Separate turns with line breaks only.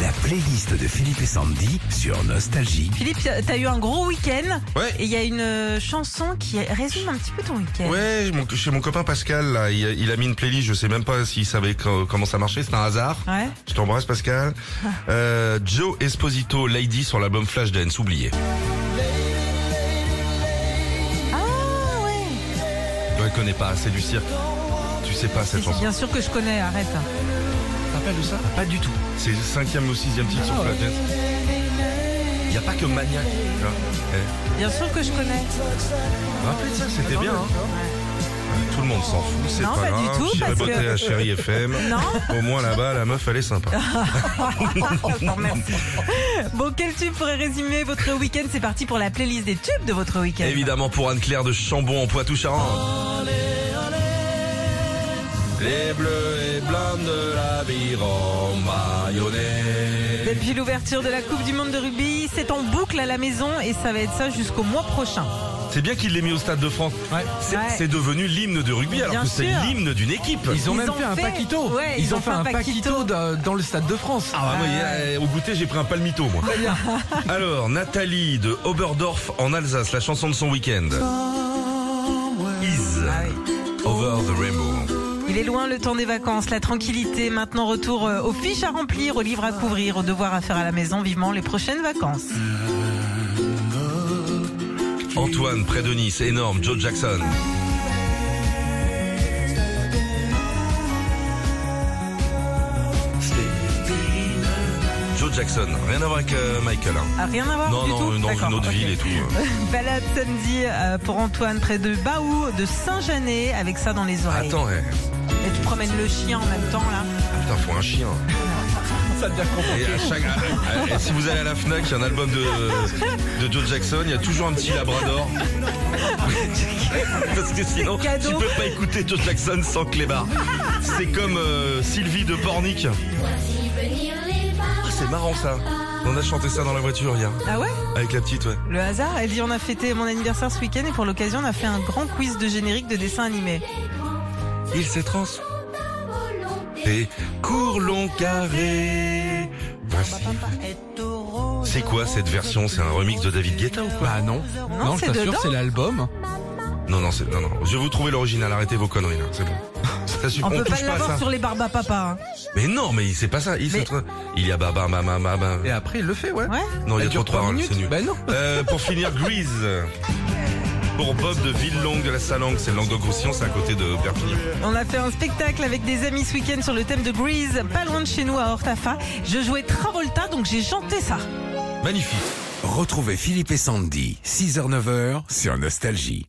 La playlist de Philippe et Sandy sur Nostalgie.
Philippe, t'as eu un gros week-end.
Ouais.
Et il y a une euh, chanson qui résume un petit peu ton week-end.
Ouais, mon- chez mon copain Pascal, là, il, a- il a mis une playlist, je sais même pas s'il savait co- comment ça marchait, c'est un hasard.
Ouais.
Je t'embrasse Pascal. Euh, Joe Esposito, Lady sur l'album Flashdance, oublié.
Ah ouais.
Je la connais pas, c'est du cirque. Tu sais pas cette
C'est
chanson.
bien sûr que je connais, arrête.
T'as pas de ça Ah Pas du tout. C'est le cinquième ou sixième titre sur Flashdance. Y a pas que Maniac. tu vois. Eh.
Bien sûr que je connais.
Rappelez de Ah, ça, c'était bien. hein. Tout le monde s'en fout, c'est
Non,
pas,
pas du
grave.
tout,
J'irai
parce
botter
que-
à Chérie FM.
Non.
Au moins là-bas, la meuf, elle est sympa.
Bon, quel tube pourrait résumer votre week-end C'est parti pour la playlist des tubes de votre week-end.
Évidemment pour Anne-Claire de Chambon en Poitou-Charentes. Les bleus et blancs de la en mayonnaise.
Depuis l'ouverture de la Coupe du Monde de rugby, c'est en boucle à la maison et ça va être ça jusqu'au mois prochain.
C'est bien qu'il l'ait mis au Stade de France. C'est
Ouais.
c'est devenu l'hymne de rugby
Bien
alors que c'est
sûr.
l'hymne d'une équipe.
Ils ont
Ils
même
ont
fait, un
fait-
paquito.
ouais,
ils, ont fait, un paquito, dans- dans le stade de France.
Ah, bah, moi, hier, au goûter, j'ai pris un palmito, moi. Alors, Nathalie de Oberdorf en Alsace, la chanson de son week-end. Is
Ah oui.
Over the Rainbow.
Il est loin le temps des vacances, la tranquillité. Maintenant, retour euh, aux fiches à remplir, aux livres à couvrir, aux devoirs à faire à la maison. Vivement les prochaines vacances.
Antoine, près de Nice, énorme. Joe Jackson. Joe Jackson, rien à voir avec euh, Michael. hein.
Ah, rien à voir
Non,
du
non,
tout
dans
D'accord,
une autre
ok.
ville et tout. euh.
Balade samedi euh, pour Antoine près de Baou, de Saint-Janet, avec ça dans les oreilles.
Attends, eh.
Et tu promènes le chien en même temps là.
Ah, putain, faut un chien.
Ça devient compliqué.
Et à chaque- et si vous allez à la Fnac, il y a un album de, de Joe Jackson, il y a toujours un petit Labrador. Parce que sinon,
C'est cadeau.
tu peux pas écouter Joe Jackson sans clébard. C'est comme euh, Sylvie de Pornic. Ah, c'est marrant ça. On a chanté ça dans la voiture hier,
Ah ouais
avec la petite, ouais.
Le hasard, elle dit on a fêté mon anniversaire ce week-end et pour l'occasion on a fait un grand quiz de générique de dessin animé.
Il s'est trans. Et court long carré. Voici. C'est quoi cette version C'est un remix de David Guetta ou quoi
Bah non.
Non,
je
c'est
t'assure,
dedans.
c'est l'album.
Non, non, c'est, non, non. Je vais vous trouver l'original. Arrêtez vos conneries, là. C'est bon. Ça suffit.
On, peut pas
touche pas à
l'avoir
ça.
sur les barbes à papa. hein.
Mais non, mais c'est pas ça. Il, se
Mais-
tra- il y a baba, mama, mama.
Et après, il le fait, ouais.
Ouais
Non, il y
Elle
a trop
dure
de
trois
paroles.
minutes.
C'est nul.
Bah non.
Euh, pour finir, Grease. Pour Bob de Ville-Longue de la Salangue. C'est le Languedoc-Roussillon. C'est à côté de Perpignan.
On a fait un spectacle avec des amis ce week-end sur le thème de Grease, pas loin de chez nous à Hortafa. Je jouais Travolta donc j'ai chanté ça.
Magnifique.
Retrouvez Philippe et Sandy, 6h-9h sur Nostalgie.